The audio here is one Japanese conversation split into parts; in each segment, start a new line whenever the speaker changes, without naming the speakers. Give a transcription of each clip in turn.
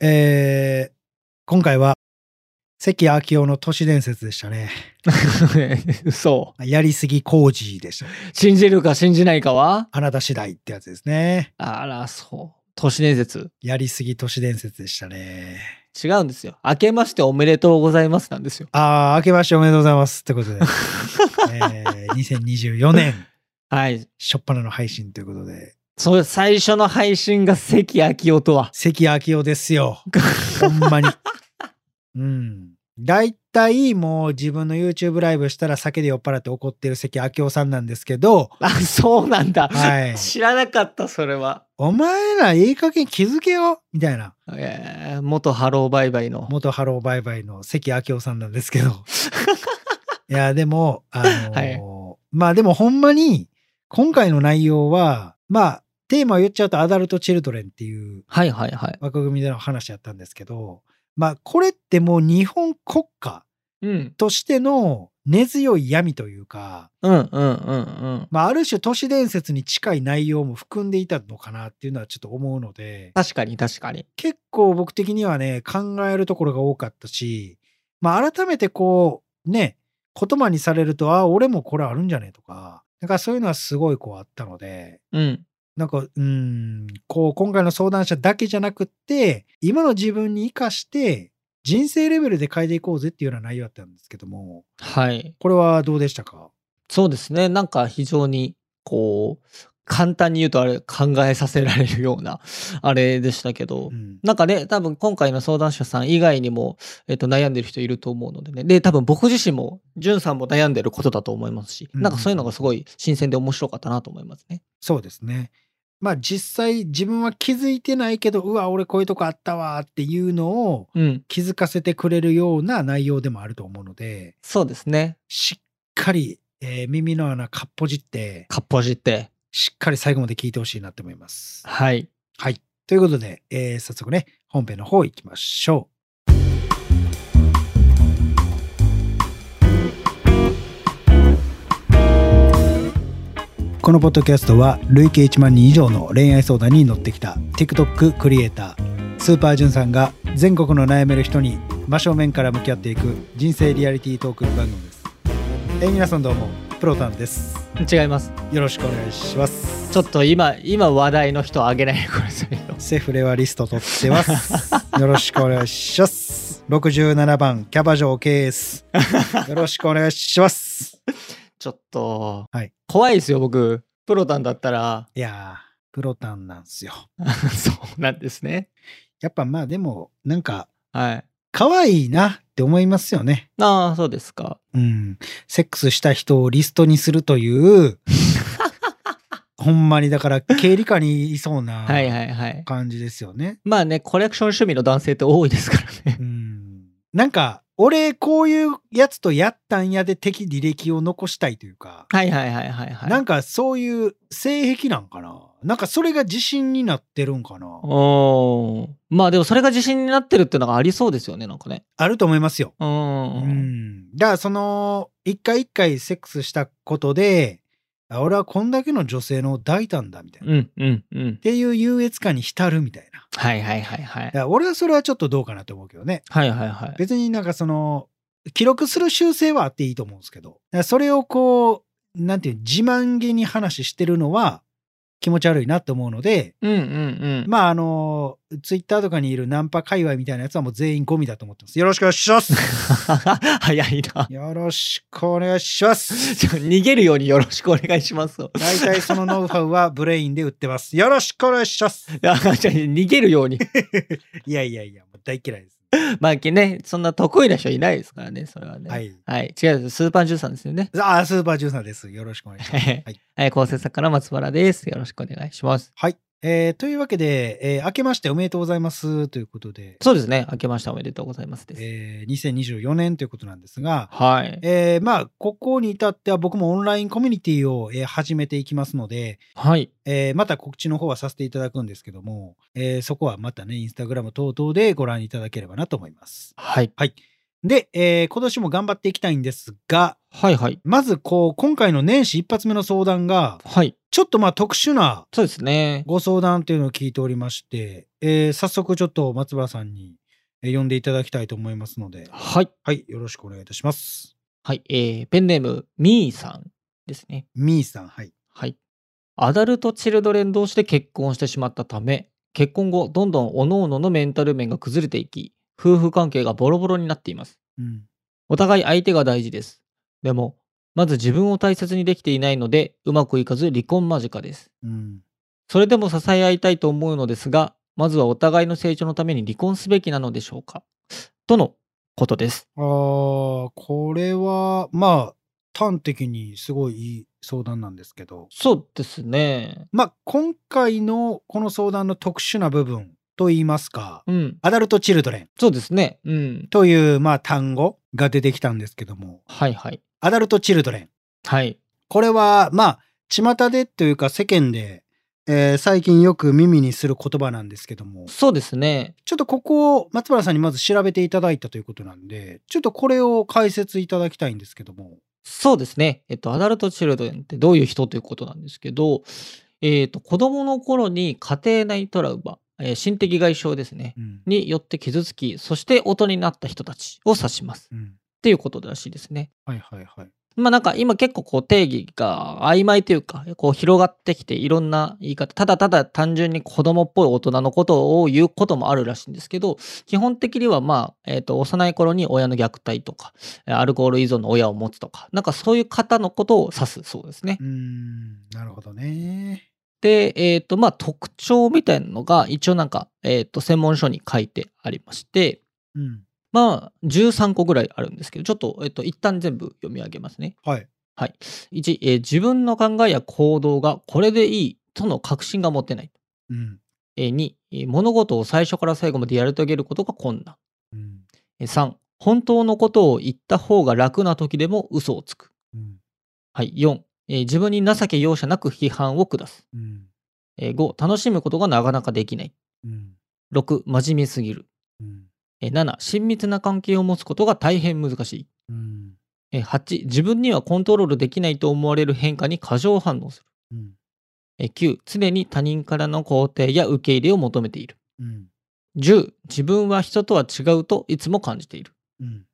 えー今回は関明夫の都市伝説でしたね。
そう。
やりすぎ工事でしたね。
信じるか信じないかは
あなた次第ってやつですね。
あら、そう。都市伝説。
やりすぎ都市伝説でしたね。
違うんですよ。明けましておめでとうございますなんですよ。
ああ、明けましておめでとうございます。ってことで、えー2024年、
はい。
初っ端の配信ということで、
そう、最初の配信が関明夫とは。
関明夫ですよ。ほんまに。うん。大体もう自分の YouTube ライブしたら酒で酔っ払って怒ってる関明夫さんなんですけど、
あ、そうなんだ。
はい
知らなかった、それは。
お前らいい加減気づけよみたいな、
えー、元ハローバイバイの。
元ハローバイバイの関明夫さんなんですけど。いや、でも、あのーまあでもほんまに、今回の内容は、まあ、テーマを言っちゃうとアダルト・チルドレンっていう
はいはいはい。
枠組みでの話やったんですけど、まあこれってもう日本国家
うん。
としての根強い闇というか、
うんうんうんうん。
まあある種都市伝説に近い内容も含んでいたのかなっていうのはちょっと思うので、
確かに確かに。
結構僕的にはね、考えるところが多かったし、まあ改めてこう、ね、言葉にされると、あ、俺もこれあるんじゃねとか、なんかそういうのはすごいこうあったので、
うん。
なんか、うん、こう、今回の相談者だけじゃなくって、今の自分に生かして、人生レベルで変えていこうぜっていうような内容だったんですけども、
はい。
これはどうでしたか
そうですね。なんか非常に、こう、簡単に言うとあれ、考えさせられるような、あれでしたけど。
うん。
なんかね、多分今回の相談者さん以外にも、えっと、悩んでる人いると思うのでね。で、多分僕自身も、じゅんさんも悩んでることだと思いますし、
うん
なんかそういうのがすごい新鮮で面白かったなと思いますね。
そうですね。まあ実際自分は気づいてないけど、うわ、俺こういうとこあったわっていうのを
うん。
気づかせてくれるような内容でもあると思うので、
そうですね。
しっかり、えー耳の穴かっぽじって、
かっぽじって。
しっかり最後まで聞いてほしいなと思います。
はい。
はい。ということで、えー早速ね、本編の方行きましょう。このポッドキャストは累計1万人以上の恋愛相談に乗ってきた TikTok クリエイタースーパージュンさんが全国の悩める人に真正面から向き合っていく人生リアリティートーク番組です。えー皆さんどうもプロタンです。
違います。
よろしくお願いします。
ちょっと今、今話題の人あげないでくださいよ。
セフレはリスト取って ます。よろしくお願いします。67番、キャバ嬢ケース。よろしくお願いします。
ちょっと、
はい
怖いですよ、僕。プロタンだったら、
いやー、プロタンなんすよ。
そうなんですね。
やっぱまあでも、なんか、
はい。
可愛いなって思いますよね。
ああ、そうですか。
うん。セックスした人をリストにするという、ほんまにだから、経理課にいそうな
はいはいはい。
感じですよね。
まあね、コレクション趣味の男性って多いですからね。
うん。なんか、俺、こういうやつとやったんやで敵履歴を残したいというか。
はいはいはいはいはい。
なんかそういう性癖なんかななんかそれが自信になってるんかな
おーまあでもそれが自信になってるっていうのがありそうですよね、なんかね。
あると思いますよ。
う。
うんん。だからその、一回一回セックスしたことで、あ俺はこんだけの女性の大胆だみたいな。っ
うんうんうん。
ていう優越感に浸るみたいな。
はいはいはいは
だ
い
か。ら俺はそれはちょっとどうかなと思うけどね。
はいはいはい。
別になんかその、記録する習性はあっていいと思うんですけど、だからそれをこう、なんていう、自慢げに話してるのは気持ち悪いなと思うので、
うんうんうん。
まああの、ツイッターとかにいるナンパ界隈みたいなやつはもう全員ゴミだと思ってます。よろしくお願いしま す。
早いな。
よろしくお願いします。
ちょ逃げるようによろしくお願いします。
大体そのノウハウはブレインで売ってます。よろしくお願いします。
いやじゃあ逃げるように。
いやいやいや、もう大嫌いです。
まあね、そんな得意な人いないですからね、それはね。
は。い。
違う、スーパージューさんですよね。
ああ、スーパージューサーです。よろしくお願いし ます。
はいい。はい、構成作家の松原です。よろしくお願いします。
はい。えーというわけで、えー明けましておめでとうございますということで、
そうですね。明けましておめでとうございますです。
えー2024年ということなんですが、
はい。
えーまあ、ここに至っては僕もオンラインコミュニティを、えー始めていきますので、
はい。
えーまた告知の方はさせていただくんですけども、えーそこはまたね、インスタグラム等々でご覧いただければなと思います。
はい。
はい。で、えー今年も頑張っていきたいんですが、
はいはい。
まずこう、今回の年始一発目の相談が、
はい。
ちょっとまあ特殊な
そうですね。
ご相談というのを聞いておりまして、えー早速ちょっと松原さんにえー呼んでいただきたいと思いますので、
はい。
はい、よろしくお願いいたします。
はい。えー、ペンネーム、みーさんですね。
みーさん、はい。
はい。アダルト・チルドレン同士で結婚してしまったため、結婚後、どんどん各々のメンタル面が崩れていき、夫婦関係がボロボロになっています。
うん。
お互い相手が大事です。でも、まず自分を大切にできていないので、うまくいかず離婚間近です。
うん。
それでも支え合いたいと思うのですが、まずはお互いの成長のために離婚すべきなのでしょうかとのことです。
あー、これは、まあ、端的にすごいいい相談なんですけど、
そうですね。
まあ、今回のこの相談の特殊な部分といいますか、
うん。
アダルト・チルドレン
そうですね。うん。
という、まあ、単語が出てきたんですけども、
はいはい。
アダルト・チルドレン。
はい。
これは、まあ、巷でというか世間で、えー最近よく耳にする言葉なんですけども、
そうですね。
ちょっとここを松原さんにまず調べていただいたということなんで、ちょっとこれを解説いただきたいんですけども。
そうですね。えっと、アダルト・チルドレンってどういう人ということなんですけど、えっと、子供の頃に家庭内トラウマ、えー心的外傷ですね。
うん
によって傷つき、そして大人になった人たちを指します。
うん
っていうことらしいですね。
はいはいはい。
まあなんか今結構こう定義が曖昧というか、こう広がってきていろんな言い方、ただただ単純に子供っぽい大人のことを言うこともあるらしいんですけど、基本的にはまあ、えっ、と、幼い頃に親の虐待とか、えーアルコール依存の親を持つとか、なんかそういう方のことを指すそうですね
う。ーん、なるほどね。
で、えっ、と、まあ特徴みたいなのが一応なんか、えっ、と、専門書に書いてありまして、
うん。
まあ13個ぐらいあるんですけど、ちょっと、えっ、と、一旦全部読み上げますね。
はい。
1、えー自分の考えや行動がこれでいいとの確信が持てない。
うん。
えー2、えー物事を最初から最後までやり遂げることが困難。
うん。
えー3、本当のことを言った方が楽な時でも嘘をつく。
うん。
はい、4、えー自分に情け容赦なく批判を下す。
うん。
えー5、楽しむことがなかなかできない。
うん。
6、真面目すぎる。
うん。
えー7、親密な関係を持つことが大変難しい。
うん。
えー8、自分にはコントロールできないと思われる変化に過剰反応する。
うん。
えー9、常に他人からの肯定や受け入れを求めている。
うん。
10、自分は人とは違うといつも感じている。
うん。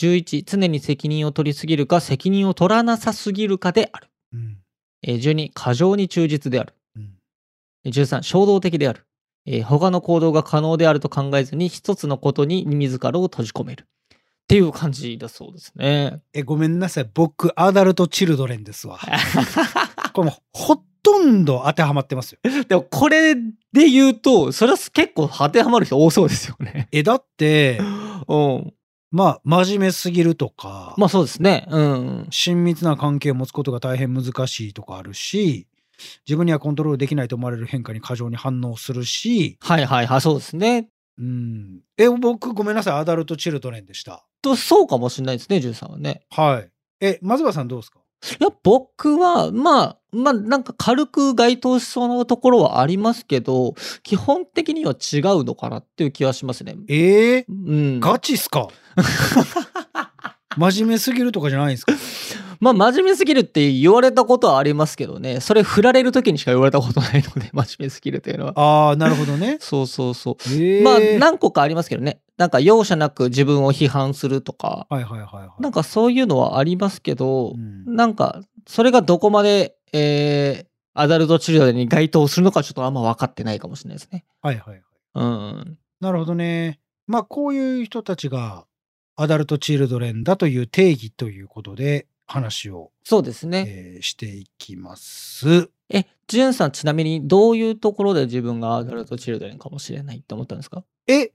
11、常に責任を取りすぎるか責任を取らなさすぎるかである。
うん。
えー12、過剰に忠実である。
うん。
えー13、衝動的である。えー他の行動が可能であると考えずに一つのことに自らを閉じ込める。っていう感じだそうですね。
え、ごめんなさい。僕、アダルト・チルドレンですわ。これもうほとんど当てはまってますよ。
でもこれで言うと、それは結構当てはまる人多そうですよね。
え、だって、
うん。
まあ、真面目すぎるとか、
まあそうですね。うん。
親密な関係を持つことが大変難しいとかあるし、自分にはコントロールできないと思われる変化に過剰に反応するし、
はいはいはい、そうですね。
うん。え、僕、ごめんなさい。アダルト・チルドレンでした。
と、そうかもしれないですね、13はね。
はい。え、松葉さんどうですか
いや、僕は、まあ、まあ、なんか軽く該当しそうなところはありますけど、基本的には違うのかなっていう気はしますね。
ええ
うん。
ガチっすか真面目すぎるとかじゃないんですか
まあ、真面目すぎるって言われたことはありますけどね、それ振られる時にしか言われたことないので、真面目すぎるというのは。
ああ、なるほど ね。
そうそうそう。
ええ
まあ、何個かありますけどね。なんか容赦なく自分を批判するとか、
はいはいはいはい。
なんかそういうのはありますけど
う、ん
なんか、それがどこまで、えーアダルト治療に該当するのかちょっとあんま分かってないかもしれないですね。
はいはいはい。
うん。
なるほどね。まあ、こういう人たちがアダルト・チルドレンだという定義ということで話を、
そうですね。
えーしていきます。
え、ジュンさん、ちなみにどういうところで自分がアダルトチルドレンかもしれないって思ったんですか
え、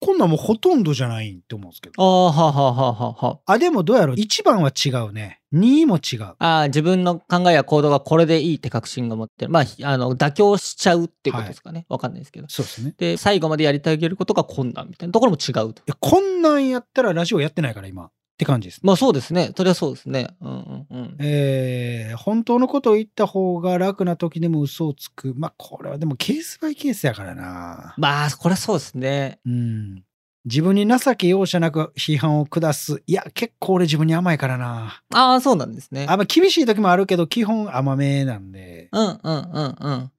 こんなんもうほとんどじゃないって思うんですけど。
ああ、はあはあはあはあは
あ、でもどうやろう ?1 番は違うね。2も違う。
あ。あー自分の考えや行動がこれでいいって確信が持ってる。まあ、ひあの、妥協しちゃうってことですかね。わ、かんないですけど。
そうですね。
で、最後までやりたげることが困難みたいなところも違うと。
いやこんなんやったらラジオやってないから今って感じです。
まあそうですね。それはそうですね。うんうんうん。
えー本当のことを言った方が楽な時でも嘘をつく。まあ、これはでもケースバイケースやからな。
まあ、これはそうですね。
うん。自分に情け容赦なく批判を下す。いや、結構俺自分に甘いからな。
ああ、そうなんですね。
あまあ厳しい時もあるけど、基本甘めなんで、
うんうんうんうん。あ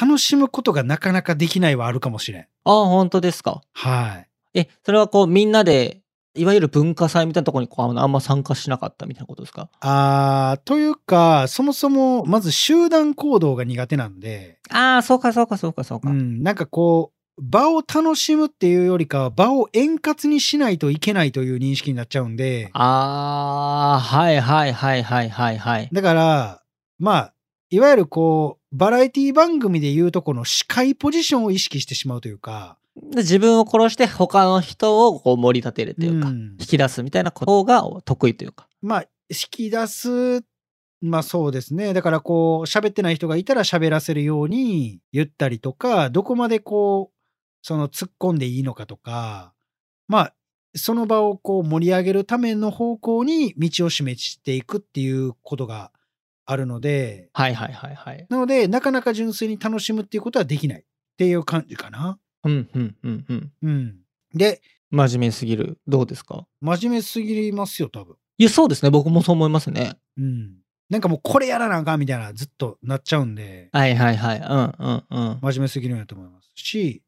楽しむことがなかなかできないはあるかもしれん。
あー、本当ですか。
はい。
え、それはこう、みんなで、いわゆる文化祭みたいなところにこうあのあんま参加しなかったみたいなことですか
あーというか、そもそも、まず集団行動が苦手なんで、
ああ、そうかそうかそうかそう
う
か。
ん、なんかこう、場を楽しむっていうよりかは、場を円滑にしないといけないという認識になっちゃうんで、
ああ、はいはいはいはいはいはい。
だから、まあ、いわゆるこう、バラエティ番組でいうとこの司会ポジションを意識してしまうというか、
で自分を殺して他の人をこう盛り立てるというか、
うん
引き出すみたいなことが得意というか。
まあ、引き出す、まあそうですね。だからこう、喋ってない人がいたら喋らせるように言ったりとか、どこまでこう、その突っ込んでいいのかとか、まあ、その場をこう盛り上げるための方向に道を示していくっていうことがあるので、
はいはいはいはい。
なので、なかなか純粋に楽しむっていうことはできないっていう感じかな。
うんうんうんうん。
うん。で、
真面目すぎる。どうですか
真面目すぎますよ、多分。
いや、そうですね。僕もそう思いますね。
うん。なんかもうこれやらなあかんみたいな、ずっとなっちゃうんで、
はいはいはい。うんうんうん。
真面目すぎるんやと思いますし、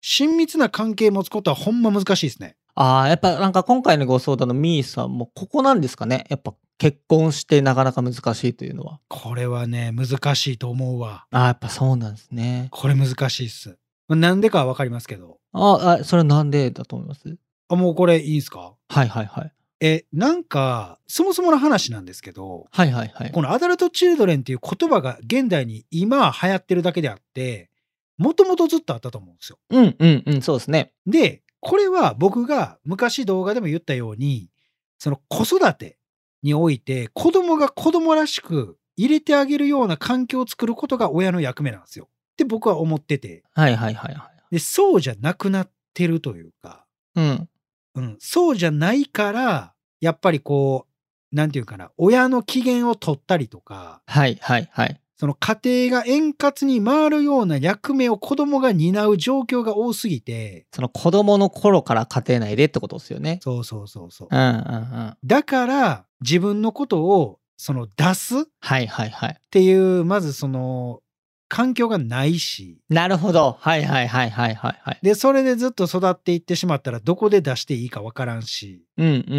親密な関係持つことはほんま難しいですね。
ああ、やっぱなんか今回のご相談のミーさんもここなんですかね。やっぱ結婚してなかなか難しいというのは。
これはね、難しいと思うわ。
ああ、やっぱそうなんですね。
これ難しいっす。まあなんでかはわかりますけど。
あーあ、それはなんでだと思います
あ、もうこれいいんすか
はいはいはい。
え、なんか、そもそもの話なんですけど、
はいはいはい。
このアダルトチルドレンっていう言葉が現代に今流行ってるだけであって、もともとずっとあったと思うんですよ。
うんうんうん、そうですね。
で、これは僕が昔動画でも言ったように、その子育てにおいて子供が子供らしく入れてあげるような環境を作ることが親の役目なんですよ。って僕は思ってて。
はいはいはいはい。
で、そうじゃなくなってるというか、
うん。
うん、そうじゃないから、やっぱりこう、なんていうかな、親の機嫌を取ったりとか、
はいはいはい。
その家庭が円滑に回るような役目を子供が担う状況が多すぎて、
その子供の頃から家庭内でってことですよね。
そうそうそうそう。
うんうんうん。
だから自分のことをその出すっ
はいはいはい。
ていうまずその環境がないし
なるほど。はいはいはいはいはいはい。
でそれでずっと育っていってしまったらどこで出していいかわからんし
うんうんうんう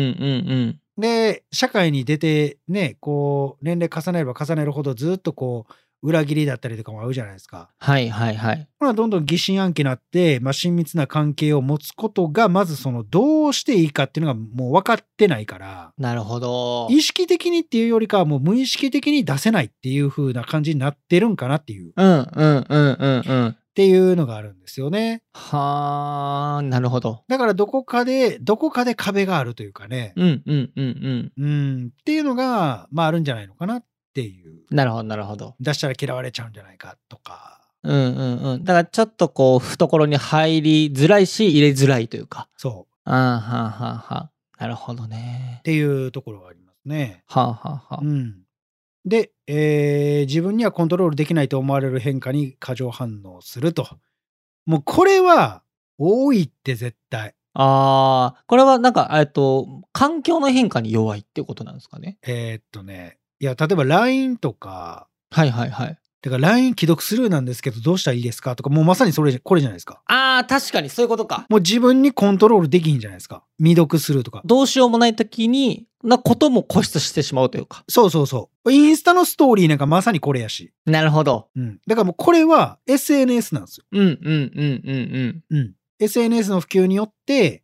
ん。
で社会に出てねこう年齢重ねれば重ねるほどずっとこう裏切りだったりとかもあるじゃないですか。
はいはいはい。
ほらどんどん疑心暗鬼になって、まあ、親密な関係を持つことがまずそのどうしていいかっていうのがもう分かってないから
なるほど。
意識的にっていうよりかはもう無意識的に出せないっていう風な感じになってるんかなっていう、っ
うんうんうんうんうん。
ていうのがあるんですよね。
はあ、なるほど。
だからどこかで、どこかで壁があるというかね、
うんうんうんうん。
うん、っていうのが、まああるんじゃないのかなっていう。
なるほどなるほど。
出したら嫌われちゃうんじゃないかとか、
うんうんうん。だからちょっとこう、懐に入りづらいし、入れづらいというか。
そう、っ
あーはあはあはあ。なるほどね。
ていうところがありますね。
はあはあはあ
う。ん。で、えー自分にはコントロールできないと思われる変化に過剰反応すると。もうこれは多いって絶対。
ああ、これはなんか、えっと、環境の変化に弱いっていうことなんですかね。
えーっとね、いや、例えば LINE とか、
はいはいはい。
てか LINE 既読スルーなんですけどどうしたらいいですかとか、もうまさにそれじゃ、これじゃないですか。
ああ、確かにそういうことか。
もう自分にコントロールできひんじゃないですか。未読スルーとか。
どうしようもない時に、なことも固執してしまうというか。
そうそうそう。インスタのストーリーなんかまさにこれやし。
なるほど。
うん。だからもうこれは SNS なんですよ。
うんうんうんうんうん。
うん。SNS の普及によって、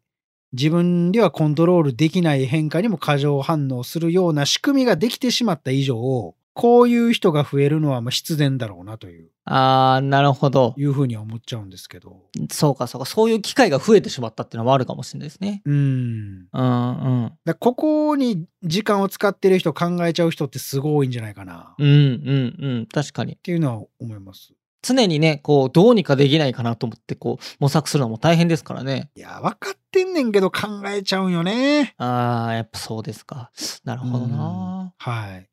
自分ではコントロールできない変化にも過剰反応するような仕組みができてしまった以上、こういう人が増えるのはまあ必然だろうなという、
ああ、なるほど。
いうふうには思っちゃうんですけど。
そうかそうか。そういう機会が増えてしまったっていうのもあるかもしれないですね。
うん。
うんうん。
だここに時間を使ってる人考えちゃう人ってすごい多いんじゃないかなっ
うんうんうん。確かに。
ていうのは思います。
常にね、こう、どうにかできないかなと思って、こう、模索するのも大変ですからね。
いや、分かってんねんけど考えちゃうんよね。
ああ、やっぱそうですか。なるほどな。
はい。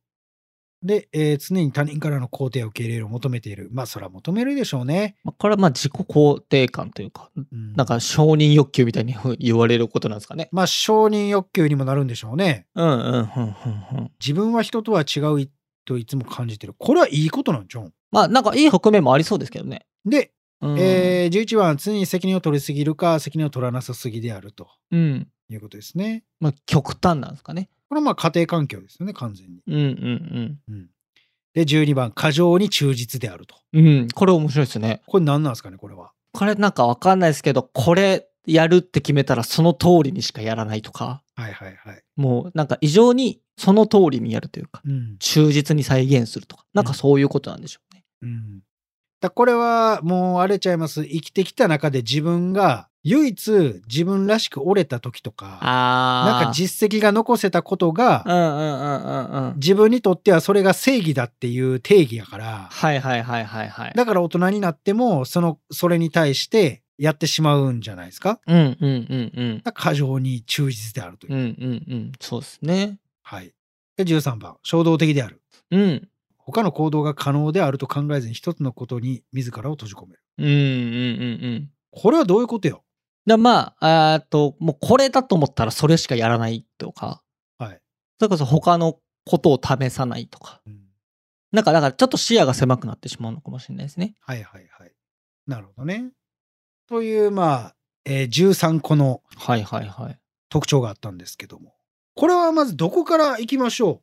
で、えー常に他人からの肯定や受け入れを求めている。まあ、それは求めるでしょうね。
まあこれはまあ自己肯定感というか、
うん
なんか承認欲求みたいに ふ言われることなんですかね。
まあ、承認欲求にもなるんでしょうね。
うんうんうんうんうん。
自分は人とは違ういといつも感じてる。これはいいことなんじゃん。
まあなんかいい側面もありそうですけどね。
で、
うん。
えー11番、常に責任を取りすぎるか、責任を取らなさすぎであると
うん。
いうことですね。
まあ極端なんですかね。
これはまあ家庭環境ですよね、完全に。
うんうん
うん、で、12番、過剰に忠実であると。
うん。うん。これ面白いですね。
これ何なんですかね、これは。
これなんかわかんないですけど、これやるって決めたらその通りにしかやらないとか、
はいはいはい。
もうなんか異常にその通りにやるというか、
うん。
忠実に再現するとか、なんかそういうことなんでしょうね。
うん、だこれはもう荒れちゃいます。生きてきた中で自分が唯一自分らしく折れた時とか、
ああ。
なんか実績が残せたことが、
うんうんうんうんうん。
自分にとってはそれが正義だっていう定義やから、
はいはいはいはいはい。
だから大人になっても、その、それに対してやってしまうんじゃないですか。
うんうんうんうん。
だから過剰に忠実であるという。
うんうんうん。そうですね。
はい。で、13番、衝動的である。
うん。
他の行動が可能であると考えずに一つのことに自らを閉じ込める。
うんうんうんうん。
これはどういうことよ
だまあ、あーっと、もうこれだと思ったらそれしかやらないとか、
はい。
それこそ他のことを試さないとか。
うん
なんか、だからちょっと視野が狭くなってしまうのかもしれないですね。
はいはいはい。なるほどね。という、まあ、えー13個の
はいはいはい。
特徴があったんですけども。これはまずどこから行きましょ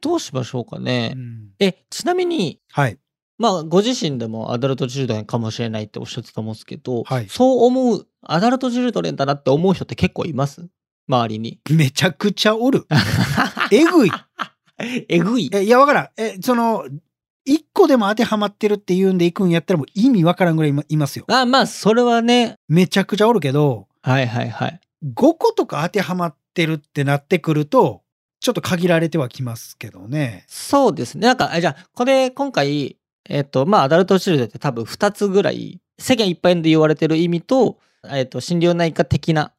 どうしましょうか
う、
ね
う。ん
え、ちなみに、
はい。
まあ、ご自身でもアダルト・チルドレンかもしれないっておっしゃってたと思うんですけど、
はい
そう思う、アダルト・チルドレンだなって思う人って結構います周りに。
めちゃくちゃおる。えぐい。
えぐい。
え、いや、わからん。え、その、一個でも当てはまってるっていうんで行くんやったらもう意味わからんぐらいいまいますよ。
あまあ、それはね、
めちゃくちゃおるけど、
はいはいはい。
5個とか当てはまってるってなってくると、ちょっと限られてはきますけどね。
そうですね。なんか、あじゃあ、これ、今回、えっ、と、まあ、アダルト・チルドレンって多分2つぐらい、世間一般で言われてる意味と、えっ、と、心療内科的な、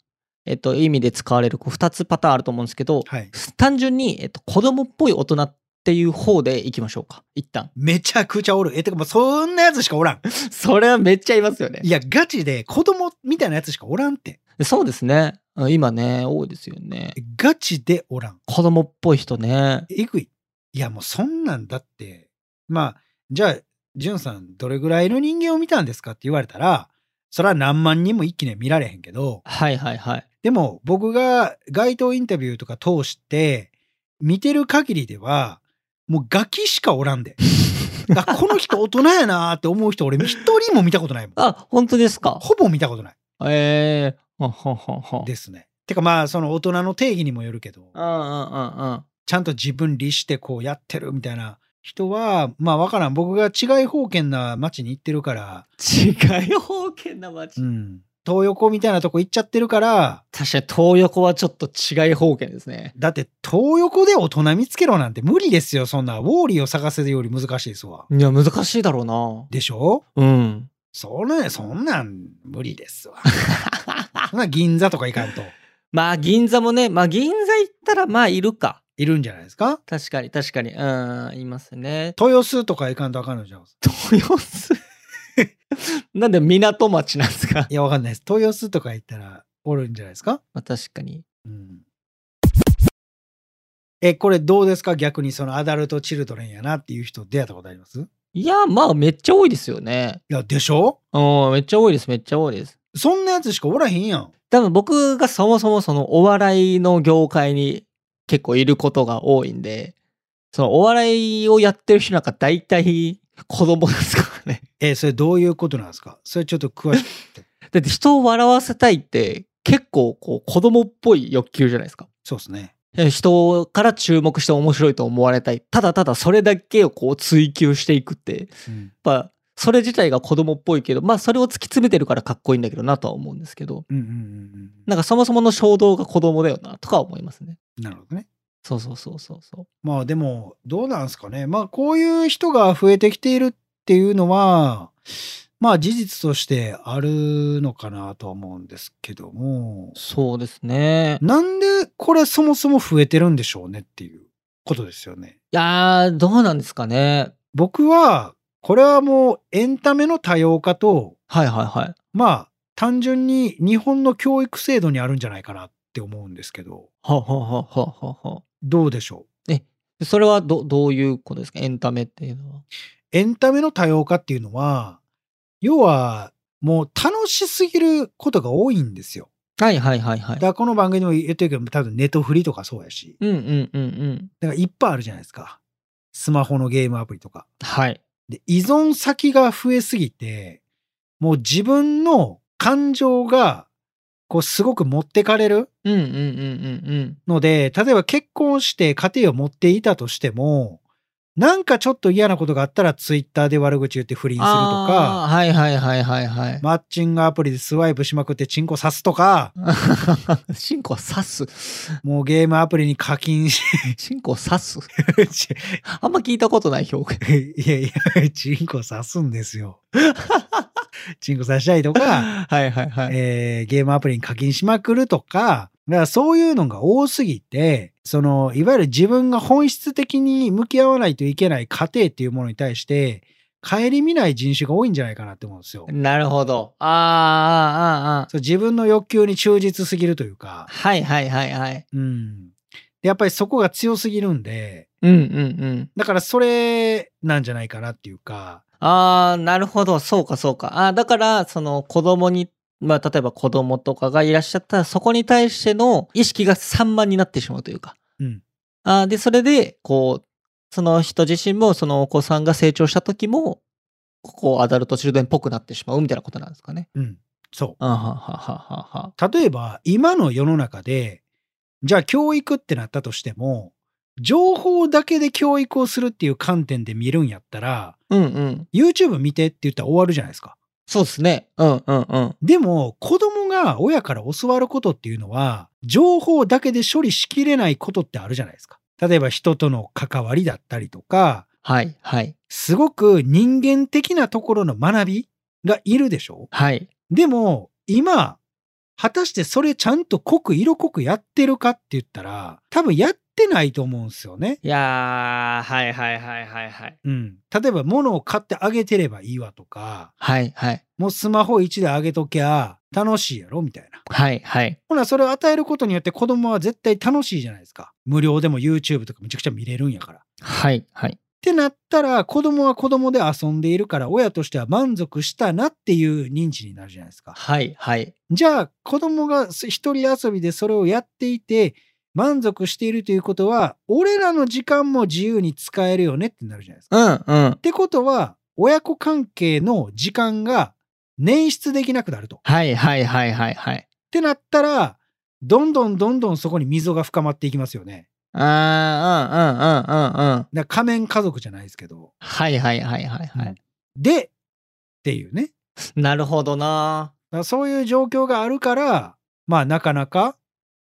えっ、と、意味で使われるこう2つパターンあると思うんですけど、
はい。
単純に、えっ、と、子供っぽい大人っていう方でいきましょうか。一旦。
めちゃくちゃおる。え、てかもうそんなやつしかおらん。
それはめっちゃいますよね
い。や、ガチで子供みたいなやつしかおらんって。
そうですね。うん今ね、多いですよね。
ガチでおらん。
子供っぽい人ね。
えぐい。いや、もうそんなんだって。まあ、じゃあ、ジュンさん、どれぐらいの人間を見たんですかって言われたら、それは何万人も一気には見られへんけど、
はいはいはい。
でも僕が街頭インタビューとか通して、見てる限りでは、もうガキしかおらんで。あこの人大人やなーって思う人、俺一人も見たことないもん。
あ、本当ですか。
ほぼ見たことない
ええー。はんはんはんはん。
ですね。てかまあ、その大人の定義にもよるけど。
うんうんうんうん。
ちゃんと自分律してこうやってるみたいな人は、まあわからん。僕が違い方圏な街に行ってるから、
違い方形な街。
ん。東横みたいなとこ行っちゃってるから、
確かに東横はちょっと違い方形ですね。
だって東横で大人見つけろなんて無理ですよ。そんな、ウォーリーを探せるより難しいですわ。
いや、難しいだろう
でしょ
な。うん。
そんな、そんなん無理ですわ。そんな銀座とか行かんと。
まあ、銀座もね、まあ、銀座行ったら、まあ、いるか。
いるんじゃないですか
確かに、確かに。うん、いますね。
豊洲とか行かんとあかんのじゃん。
豊洲 なんで港町なんです か
いや、わかんないです。豊洲とか行ったらおるんじゃないですか
まあ確かに。
うんえ、これどうですか逆にそのアダルトチルドレンやなっていう人出会ったことありますい
いや、まあめっちゃ多いですよね。
や、でしょ
うん、めっちゃ多いです、めっちゃ多いです。
そんなやつしかおらへんやん。
多分僕がそもそもそのお笑いの業界に結構いることが多いんで、そのお笑いをやってる人なんか大体 子供ですからね。
え、それどういうことなんですかそれちょっと詳しく。
だって人を笑わせたいって結構こう子供っぽい欲求じゃないですか。
そうですね。
え人から注目して面白いと思われたい。ただただそれだけをこう追求していくって
うん。
やっぱそれ自体が子供っぽいけどまあそれを突き詰めてるからかっこいいんだけどなとは思うんですけど
うんうんうん
なんかそもそもの衝動が子供だよなとかは思いますね
うん。なるほどね。
そうそうそうそうそう
まあでも、どうなんですかね。まあこういう人が増えてきているっていうのは、まあ事実としてあるのかなとは思うんですけども、
そうですね
なんでこれそもそも増えてるんでしょうねっていう。ことですよね。
やー、どうなんですかね。
僕は、これはもうエンタメの多様化と、
はいはいはい。
まあ、単純に日本の教育制度にあるんじゃないかなって思うんですけど、
はあはあはあはあはあは
どうでしょう
あそれはど、どういうことですかエンタメっていうのは。
エンタメの多様化っていうのは、要は、もう楽しすぎることが多いんですよ。
はいはいはいはい
だか。らこの番組でも言ってるけど、多分ネットフリとかそうやし、
うんうんうんうん。
だからいっぱいあるじゃないですか。スマホのゲームアプリとか。
はい。
で、依存先が増えすぎて、もう自分の感情が、こう、すごく持ってかれる
うんうんうんうん
ので、例えば結婚して家庭を持っていたとしても、なんかちょっと嫌なことがあったら、ツイッターで悪口言って不倫
うん。
するとか
あ、ーはいはいはいはいはい。
マッチングアプリでスワイプしまくってチンコ刺すとか、
シンコは刺す。
もうゲームアプリに課金し、
シンコを刺す。
ち
あんま聞いたことない表現。
いやいや、チンコ刺すんですよ。チンコ刺したりとか、
はいはいはい。
えーゲームアプリに課金しまくるとか、だからそういうのが多すぎて、その、いわゆる自分が本質的に向き合わないといけない過程っていうものに対して、顧みない人種が多いんじゃないかなって思うんですよ。
なるほど。あーあーあーあー
そう自分の欲求に忠実すぎるというか、
はいはいはいはい。
うん。でやっぱりそこが強すぎるんで、
うんうんうん。
だからそれなんじゃないかなっていうか、
ああ、なるほど。そうかそうか。ああ、だから、その子供に、まあ例えば子供とかがいらっしゃったら、そこに対しての意識が散漫になってしまうというか。
うん。
ああ、で、それで、こう、その人自身も、そのお子さんが成長した時も、ここアダルトチルドレンっぽくなってしまうみたいなことなんですかね。
うん。そう。
あははははは。
例えば今の世の中でじゃあ教育ってなったとしても情報だけで教育をするっていう観点で見るんやったら
うんうん。
YouTube 見てって言ったら終わるじゃないですか。
そうですね。うんうんうん。
でも子供が親から教わることっていうのは情報だけで処理しきれないことってあるじゃないですか。例えば人との関わりだったりとか
はいはい
すごく人間的なところの学びがいるでしょ
はい。
でも今果たしてそれちゃんと濃く色濃くやってるかって言ったら多分やってないと思うんですよね。
いやー、はいはいはいはいはい。
うん、例えば物を買ってあげてればいいわとか
はいはい。
もうスマホ1台あげときゃ楽しいやろみたいな。
はいはい。
ほなそれを与えることによって子供は絶対楽しいじゃないですか。無料でも YouTube とかめちゃくちゃ見れるんやから。っ
はいはい。
てなったら子供は子供で遊んでいるから親としては満足したなっていう認知になるじゃないですか。
はいはい。
じゃあ子供がす一人遊びでそれをやっていて満足しているということは俺らの時間も自由に使えるよねってなるじゃないですか。っ
うんうん。
てことは親子関係の時間が捻出できなくなると。っ
はいはいはいはいはい。
てなったらどんどんどんどんそこに溝が深まっていきますよね。
あー、うんうんうんうんうん。
だから仮面家族じゃないですけど。
はいはいはいはいは
うん
い。
でっていうね。
なるほどな
だからそういう状況があるからまあなかなか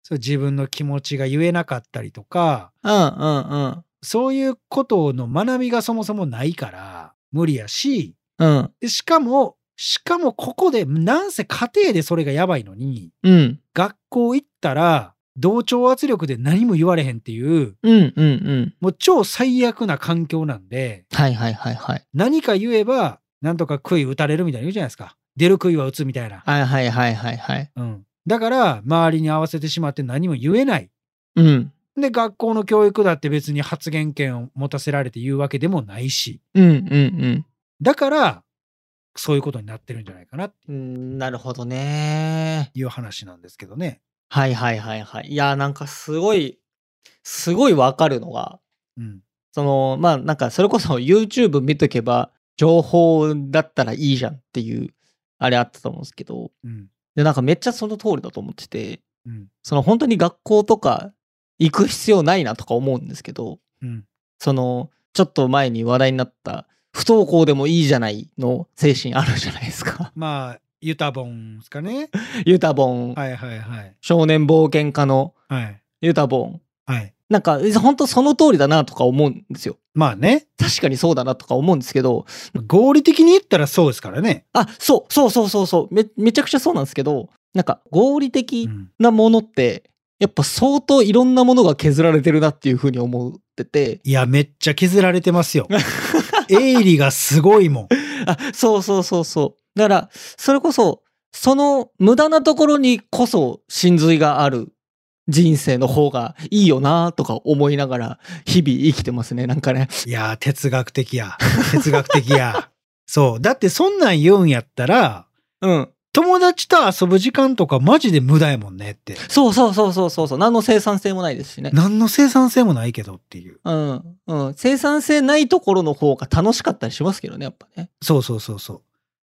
そう自分の気持ちが言えなかったりとか
ー。うんうんうん。
そういうことの学びがそもそもないから無理やし、
うん。
でしかも、しかもここで、なんせ家庭でそれがやばいのに、
うん。
学校行ったら、同調圧力で何も言われへんっていう、
うんうんうん。
もう超最悪な環境なんで、
はいはいはいはい。
何か言えば、なんとか杭打たれるみたいな言うじゃないですか。出る杭は打つみたいな。
はいはいはいはいはい。
うん。だから、周りに合わせてしまって何も言えない。
うん。
で、学校の教育だって別に発言権を持たせられて言うわけでもないし。
うんうん
だから、そういうことになってるんじゃないかなって
うんうん。なるほどね
いう話なんですけどね。
はいはいはいはい。いやー、なんかすごい、すごいわかるのが、
うん。
その、まあなんかそれこそ YouTube 見とけば、情報だったらいいじゃんっていう、あれあったと思うんですけど、
うん。
で、なんかめっちゃその通りだと思ってて、
うん。
その本当に学校とか行く必要ないなとか思うんですけど、
うん。。
その、ちょっと前に話題になった、不登校でもいいじゃないの精神あるじゃないですか
まあ、ユタボンですかね。
ユタボン、
はいはいはい。
少年冒険家の
はい。
ユタボン。
はい。
なんか、本当その通りだなとか思うんですよ。
まあね、
確かにそうだなとか思うんですけど、
合理的に言ったらそうですからね。
あ、そう、そうそうそうそう、め、めちゃくちゃそうなんですけど、なんか合理
う
的
ん。
なものって、やっぱ相当いろんなものが削られてるなっていうふうに思ってて、
いや、めっちゃ削られてますよ。営利がすごいもん。
あ、そうそうそうそう。だから、それこそ、その無駄なところにこそ真髄がある人生の方がいいよなとか思いながら日々生きてますね、なんかね。
いやー、哲学的や。哲学的や。そう。だってそんなん言うんやったら、
うん。
友達と遊ぶ時間とかマジで無駄やもんねって。
そうそうそうそうそうそう。何の生産性もないですしね。
何の生産性もないけどっていう。
うん。うん。生産性ないところの方が楽しかったりしますけどね、やっぱね。
そうそうそうそ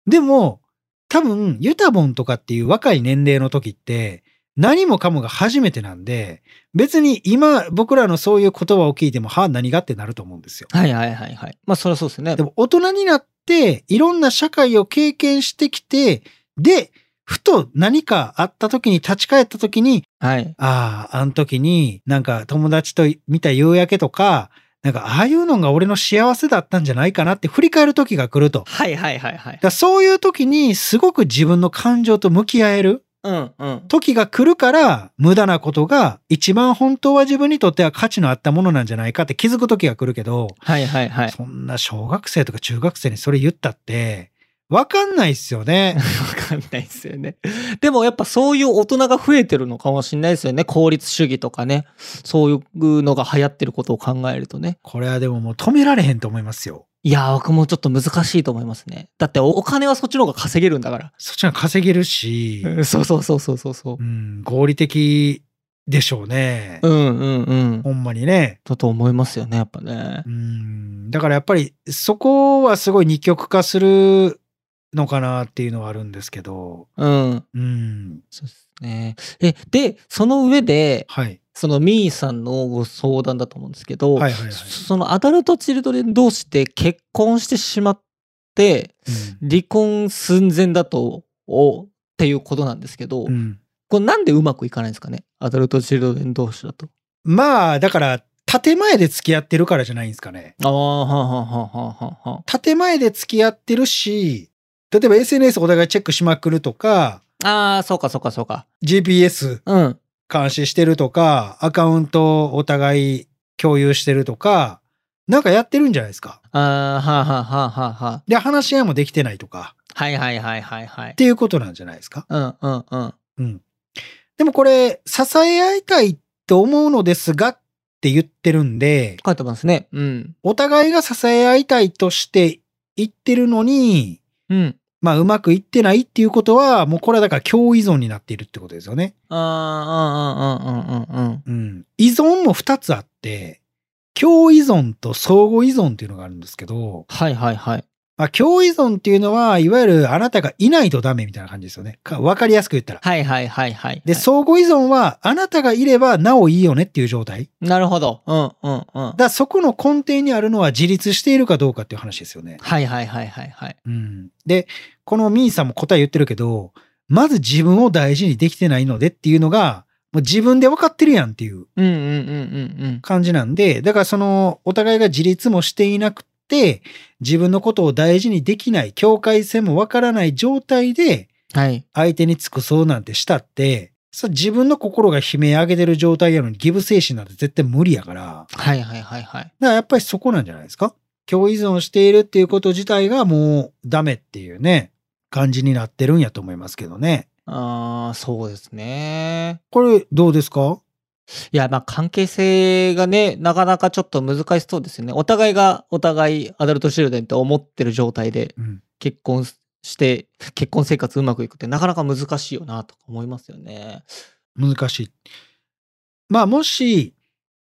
う。でも、多分、ユタボンとかっていう若い年齢の時って、何もかもが初めてなんで、別に今僕らのそういう言葉を聞いても、はあ、何がってなると思うんですよ。
はいはいはいはい。まあ、そりゃそうですよね
で。も大人になって、いろんな社会を経験してきて、で、ふと何かあった時に立ち返った時に、
はい。
ああ、あの時になんか友達と見た夕焼けとか、なんかああいうのが俺の幸せだったんじゃないかなって振り返る時が来ると。
はいはいはいはい
だか。らそういう時にすごく自分の感情と向き合える
うんうん。
時が来るから無駄なことが一番本当は自分にとっては価値のあったものなんじゃないかって気づく時が来るけど、
はいはいはい。
そんな小学生とか中学生にそれ言ったってわかんないっすよね。
わかんないですよね。でもやっぱそういう大人が増えてるのかもしれないですよね。効率主義とかね。そういうのが流行ってることを考えるとね。
これはでももう止められへんと思いますよ。
いやー、僕もちょっと難しいと思いますね。だっておお金はそっちの方が稼げるんだから。
そっちが稼げるし、
うん そうそうそうそうそうそう
う。ん、合理的でしょうね。
うんうんうん。
ほんまにね。
だと思いますよね、やっぱね
う。ん、だからやっぱりそこはすごい二極化するのかなっていうのはあるんですけど、
うん。
うん、
そうですね。え、で、その上で、
はい。
そのミーさんのご相談だと思うんですけど、
はいはいはい。
そのアダルトチルドレン同士で結婚してしまって、
うん
離婚寸前だとをっていうことなんですけど、
うん
これなんでうまくいかないんですかねアダルト・チルドレン同士だと。
まあ、だから、建前で付き合ってるからじゃないんですかね。
ああ、はんはんはんはんはんはん。
建前で付き合ってるし、例えば SNS お互いチェックしまくるとか、
ああ、そうかそうかそうか。
GPS
うん。
監視してるとか、アカウントをお互い共有してるとか、なんかやってるんじゃないですか。
ああ、はんはんはんはんはん。
で、話し合いもできてないとか、
はいはいはいはいはい
って。いうことなんじゃないですか。
うんうんうん。
うん。でもこれ、支え合いたいと思うのですがって言ってるんで、
書いてますね。うん。
お互いが支え合いたいとして言ってるのに、
うん。
まあうまくいってないっていうことは、もうこれはだから共依存になっているってことですよね。
ああ、うんうんうんうんうん。
うん。依存も二つあって、共依存と相互依存っていうのがあるんですけど、
はいはいはい。
まあ共依存っていうのは、いわゆるあなたがいないとダメみたいな感じですよね。かわかりやすく言ったら。
はいはいはいはい。
で、相互依存は、あなたがいればなおいいよねっていう状態。
なるほど。うんうんうん
だ。からそこの根底にあるのは自立しているかどうかっていう話ですよね。
はいはいはいはいはい。
うん。で、このミーさんも答え言ってるけど、まず自分を大事にできてないのでっていうのが、もう自分で分かってるやんっていう
うんうんうんうんうん。
感じなんで、だからその、お互いが自立もしていなくて、自分のことを大事にできない、境界線も分からない状態で、
はい。
相手に尽くそうなんてしたって、それ自分の心が悲鳴上げてる状態やのにギブ精神なんて絶対無理やから、
はいはいはいはい。
だからやっぱりそこなんじゃないですか共依存しているっていうこと自体がもうダメっていうね、感じになってるんやと思いますけどね。
ああ、そうですね。
これどうですか
いや、まあ関係性がね、なかなかちょっと難しそうですよね。お互いがお互いアダルトチルデンって思ってる状態で
うん。
結婚して、結婚生活うまくいくってなかなか難しいよなとか思いますよね。
難しい。まあもし、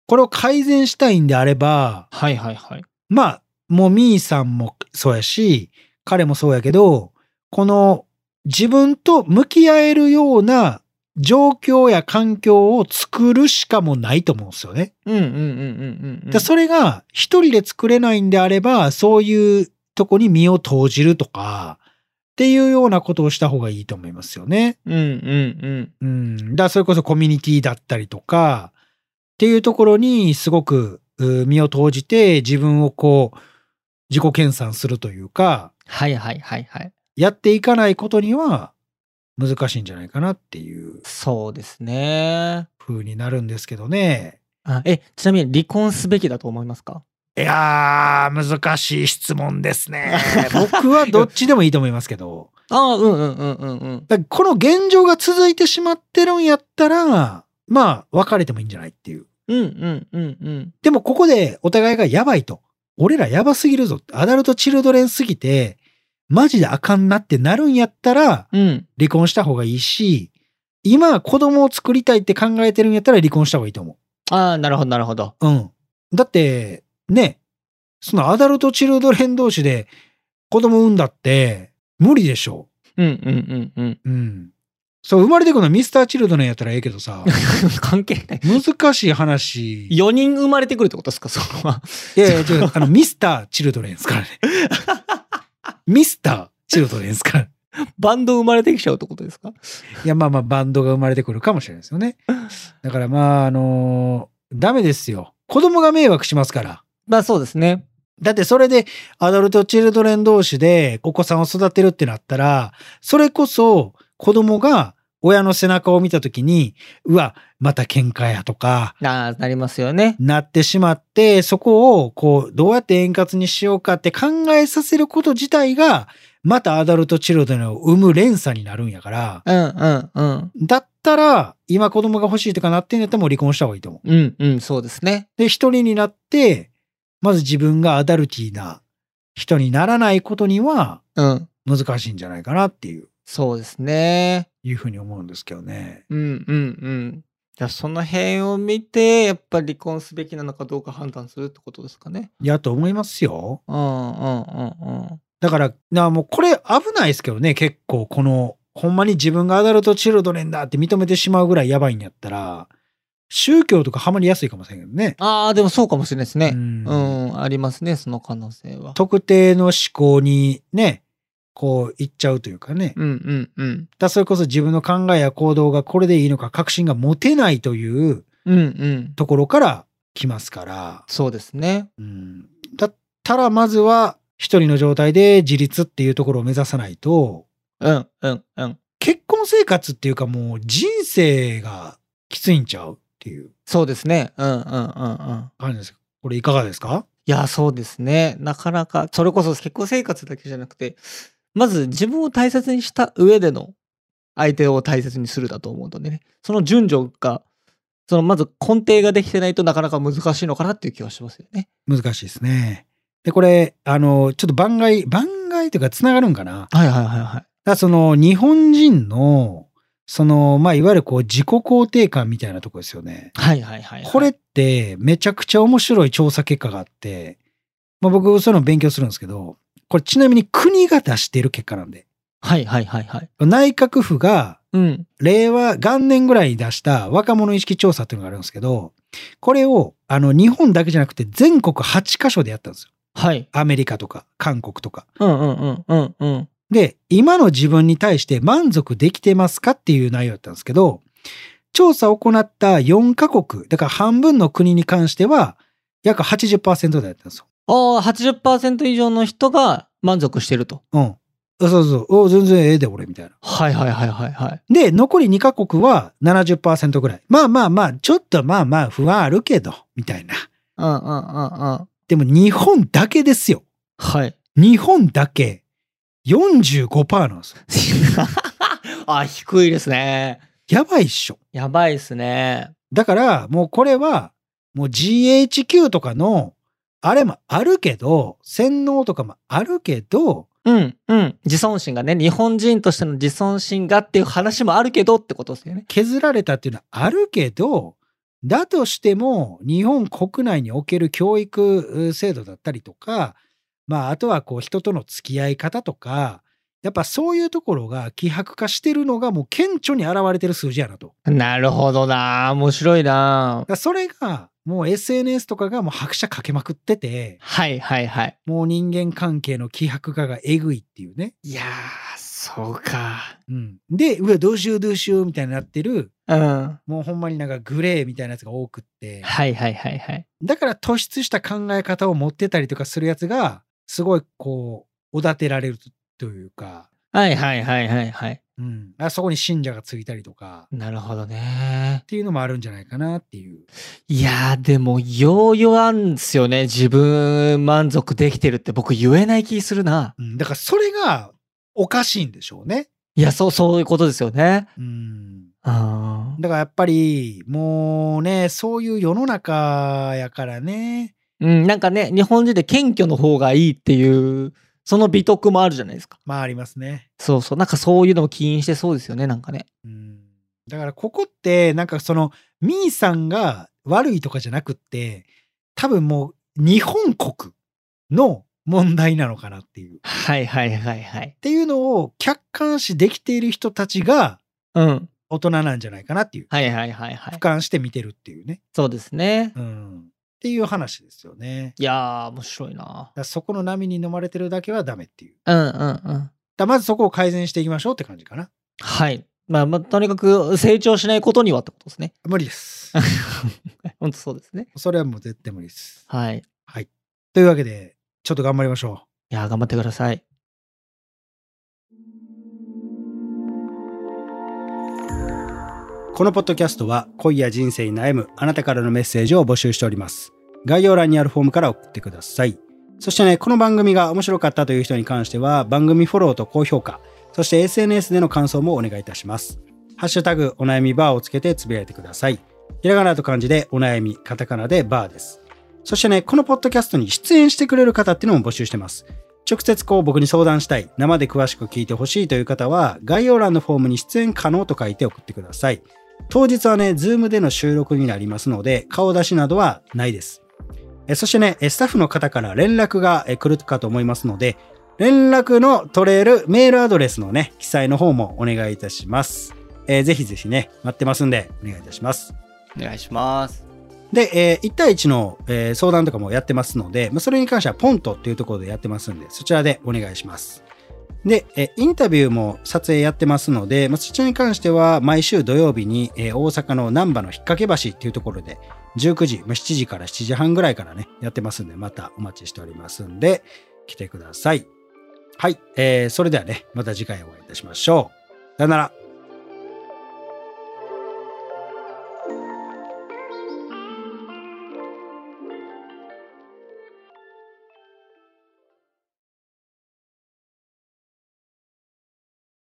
これを改善したいんであれば、
はいはいはい。
まあ、もうミーさんもそうやし、彼もそうやけど、この自分と向き合えるような状況や環境を作るしかもうないと思うんですよね。
うんうんうんうんうん、う
で
ん。
それが一人で作れないんであれば、そういうとこに身を投じるとか、っていうようなことをした方がいいと思いますよね。
うんうんうん。
うん。だからそれこそコミュニティだったりとか、っていうところにすごくう身を投じて自分をこう、自己研鑽するというか、
はいはいはいはい。
やっていかないことには、難しいんじゃないかなっていう
そうですね。
風になるんですけどね。
あえ、ちなみに離婚すべきだと思いますか
いやー、難しい質問です ね。僕はどっちでもいいと思いますけど。
ああ、うんうんうんうんうん。
だからこの現状が続いてしまってるんやったら、まあ、別れてもいいんじゃないっていう。
うんうんうんうん。
でも、ここでお互いがやばいと。俺らやばすぎるぞ。アダルトチルドレンすぎて、マジであかんなってなるんやったら、
うん。
離婚した方がいいし、今、子供を作りたいって考えてるんやったら離婚した方がいいと思
ああ、なるほどなるほど。
う。うん。だって、ね、そのアダルトチルドレン同士で子供産んだって、無理でしょ
うんうんうんうん。
う。うん。そう、生まれてくるのはミスターチルドレンやったらええけどさ、
関係ない。
難しい話。い
4人生まれてくるってことですかそ れは。
やいや、ちょっとあの、ミスターチルドレンです からね。ミスターチルドレンですから。
バンド生まれてきちゃうってことですか
いや、まあまあ、バンドが生まれてくるかもしれないですよね。だからまあ、あのーダメですよ。子供が迷惑しますから。
まあそうですね。
だってそれでアダルトチルドレン同士でお子さんを育てるってなったら、それこそ子供が親の背中を見た時に、うわ、また喧嘩やとか、
なあ、なりますよね。
なってしまって、そこをこう、どうやって円滑にしようかって考えさせること自体が、またアダルトチルドレンを生む連鎖になるんやから、
うんうんうん。
だったら、今子供が欲しいとかなってんやったらもう離婚した方がいいと思う。
うんうん、そうですね。
で、一人になって、まず自分がアダルティーな人にならないことには
うん。
難しいんじゃないかなっていう、
そうですね。
いうふうに思うんですけどね。
うんうんうん。じゃあその辺を見て、やっぱり離婚すべきなのかどうか判断するってことですかね。
いや、と思いますよ。
うんうんうんうん。
だから、なもうこれ危ないですけどね、結構この、ほんまに自分がアダルトチルドレンだって認めてしまうぐらいやばいんやったら、宗教とかハマりやすいかもしれんけどね。
ああ、でもそうかもしれないです
う
ね。
ん
うん、ありますね、その可能性は。
特定の思考にね、こう行っちゃうというかね。
うんうんうん。
だからそれこそ自分の考えや行動がこれでいいのか確信が持てないという
うんうん。
ところから来ますから、
そうですね。
うん、だったらまずは一人の状態で自立っていうところを目指さないと
うんうんうん。
結婚生活っていうかもう人生がきついんちゃうっていう
そうですね。うんうんうんうん。
感じですこれいかがですか
いや、そうですね。なかなか、それこそ結婚生活だけじゃなくて、まず自分を大切にした上での相手を大切にするだと思うのでね、その順序が、そのまず根底ができてないとなかなか難しいのかなっていう気はしますよね。
難しいですね。でこれあのちょっと番外番外というかつながるんかな
はいはいはいはい。
だからその日本人のそのまあいわゆるこう自己肯定感みたいなとこですよね。
はいはいはい、はい。
これってめちゃくちゃ面白い調査結果があって、まあ、僕そういうの勉強するんですけどこれちなみに国が出している結果なんで
はいはいはいはい。
内閣府が
うん。
令和元年ぐらいに出した若者意識調査っていうのがあるんですけどこれをあの日本だけじゃなくて全国8カ所でやったんですよ
はい。
アメリカとか韓国とか。
うんうんうんうんうん。
で、今の自分に対して満足できてますかっていう内容だったんですけど、調査を行った4カ国、だから半分の国に関しては、約80%台だったんですよ。
ああ、80%以上の人が満足してると。
うん。そうそうそう、お全然ええで俺みたいな。
はいはいはいはいはい。
で、残り2カ国は70%ぐらい。まあまあまあ、ちょっとまあまあ不安あるけど、みたいな。
うんうんうんうん。
でも日本だけですよ。
はい。
日本だけ45%なんですよ。
あ、低いですね。
やばいっしょ。
やばいっすね。
だからもうこれはもう GHQ とかのあれもあるけど洗脳とかもあるけど
うん、うん。自尊心がね、日本人としての自尊心がっていう話もあるけどってことですよね。
削られたっていうのはあるけどだとしても日本国内における教育う制度だったりとかまああとはこう人との付き合い方とかやっぱそういうところが希薄化してるのがもう顕著に表れてる数字やなと。
なるほどな面白いな
だからそれがもう SNS とかがもう拍車かけまくってて
はいはいはい。
もう人間関係の希薄化がえぐいっていうね。
いやー、そうか。
うん、で、うわ、どうしようどうしようみたいになってる、
うん。は
もうほんまになんかグレーみたいなやつが多くって
い、はいはいはい。
だから突出した考え方を持ってたりとかするやつが、すごいこう、おだてられるというか、
はいはいはいはいはい。
うん、あそこに信者がついたりとかっ
なるほどね。
ていうのもあるんじゃないかなっていう。
いやー、でも、ようよあんですよね。自分満足できてるって僕言えない気するな。
うん、だからそれがおかしいんでしょうね。
いや、そう、そういうことですよね。
うん、
うん。
だからやっぱりもうねそういう世の中やからね。
うん、なんかね、日本人で謙虚の方がいいっていう、その美徳もあるじゃないですか。
まあありますね。
そうそう。なんかそういうのも起因してそうですよね、なんかね。
うん、だからここってなんかそのミーさんが悪いとかじゃなくって多分もう日本国の問題なのかなっていう。っ
はいはいはいはい。
ていうのを客観視できている人たちが
うん。
大人なんじゃないかなっていう。
はいはいはいは
俯
い。
瞰して見てるっていうね。
そうですね。
うん、っていう話ですよね。
いやー、面白いな
だ。からそこの波に飲まれてるだけはダメっていう。
うんうんうん。
だからまずそこを改善していきましょうって感じかな。
はい。まあ、まあ、とにかく成長しないことにはってことです ね。
無理です。
本当そうですね。
それはもう絶対無理です。
はい。い
というわけで、ちょっと頑張りましょ
やー、頑張ってください。
う。このポッドキャストは恋や人生に悩むあなたからのメッセージを募集しております。概要欄にあるフォームから送ってください。そしてね、この番組が面白かったという人に関しては番組フォローと高評価、そして SNS での感想もお願いいたします。ハッシュタグお悩みバーをつけてつぶやいてください。ひらがなと漢字でお悩み、カタカナでバーです。そしてね、このポッドキャストに出演してくれる方っていうのも募集してます。直接こう僕に相談したい、生で詳しく聞いてほしいという方は、概要欄のフォームに出演可能と書いて送ってください。当日はね、ズームでの収録になりますので、顔出しなどはないです。えそしてね、えスタッフの方から連絡がえ来るかと思いますので、連絡の取れるメールアドレスのね、記載の方もお願いいたします。えーぜひぜひね、待ってますんで、お願いいたします。
お願いします。
で、えー1対1の、えー相談とかもやってますので、まあ、それに関してはポントっていうところでやってますんで、そちらでお願いします。で、えーインタビューも撮影やってますので、まあ、そちらに関しては毎週土曜日に、えー大阪の難波の引っ掛け橋っていうところで、19時、まあ、7時から7時半ぐらいからね、やってますんで、またお待ちしておりますんで、来てください。はい、えーそれではね、また次回お会いいたしましょう。さよなら。